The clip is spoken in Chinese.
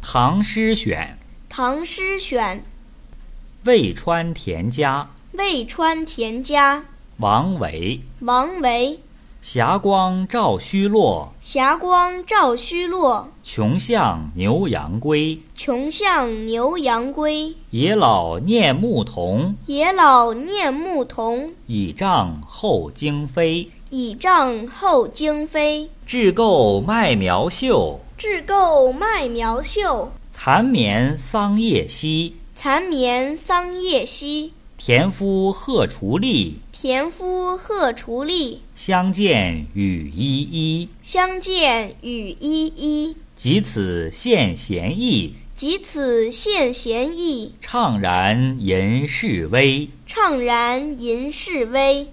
唐诗选》 《唐诗选》渭川田家，渭川田家，王维。王维。霞光照虚落，霞光照虚落，穷巷牛羊归。穷巷牛羊归。野老念牧童，野老念牧童，倚杖后惊飞。倚杖后惊飞。雉构麦苗秀，雉构麦苗秀，蚕眠桑叶稀。蚕眠桑叶稀。田夫荷锄栗，田夫荷锄栗，相见雨依依。相见雨依依。及此献贤意，及此献贤意，怅然吟示微。怅然吟示微。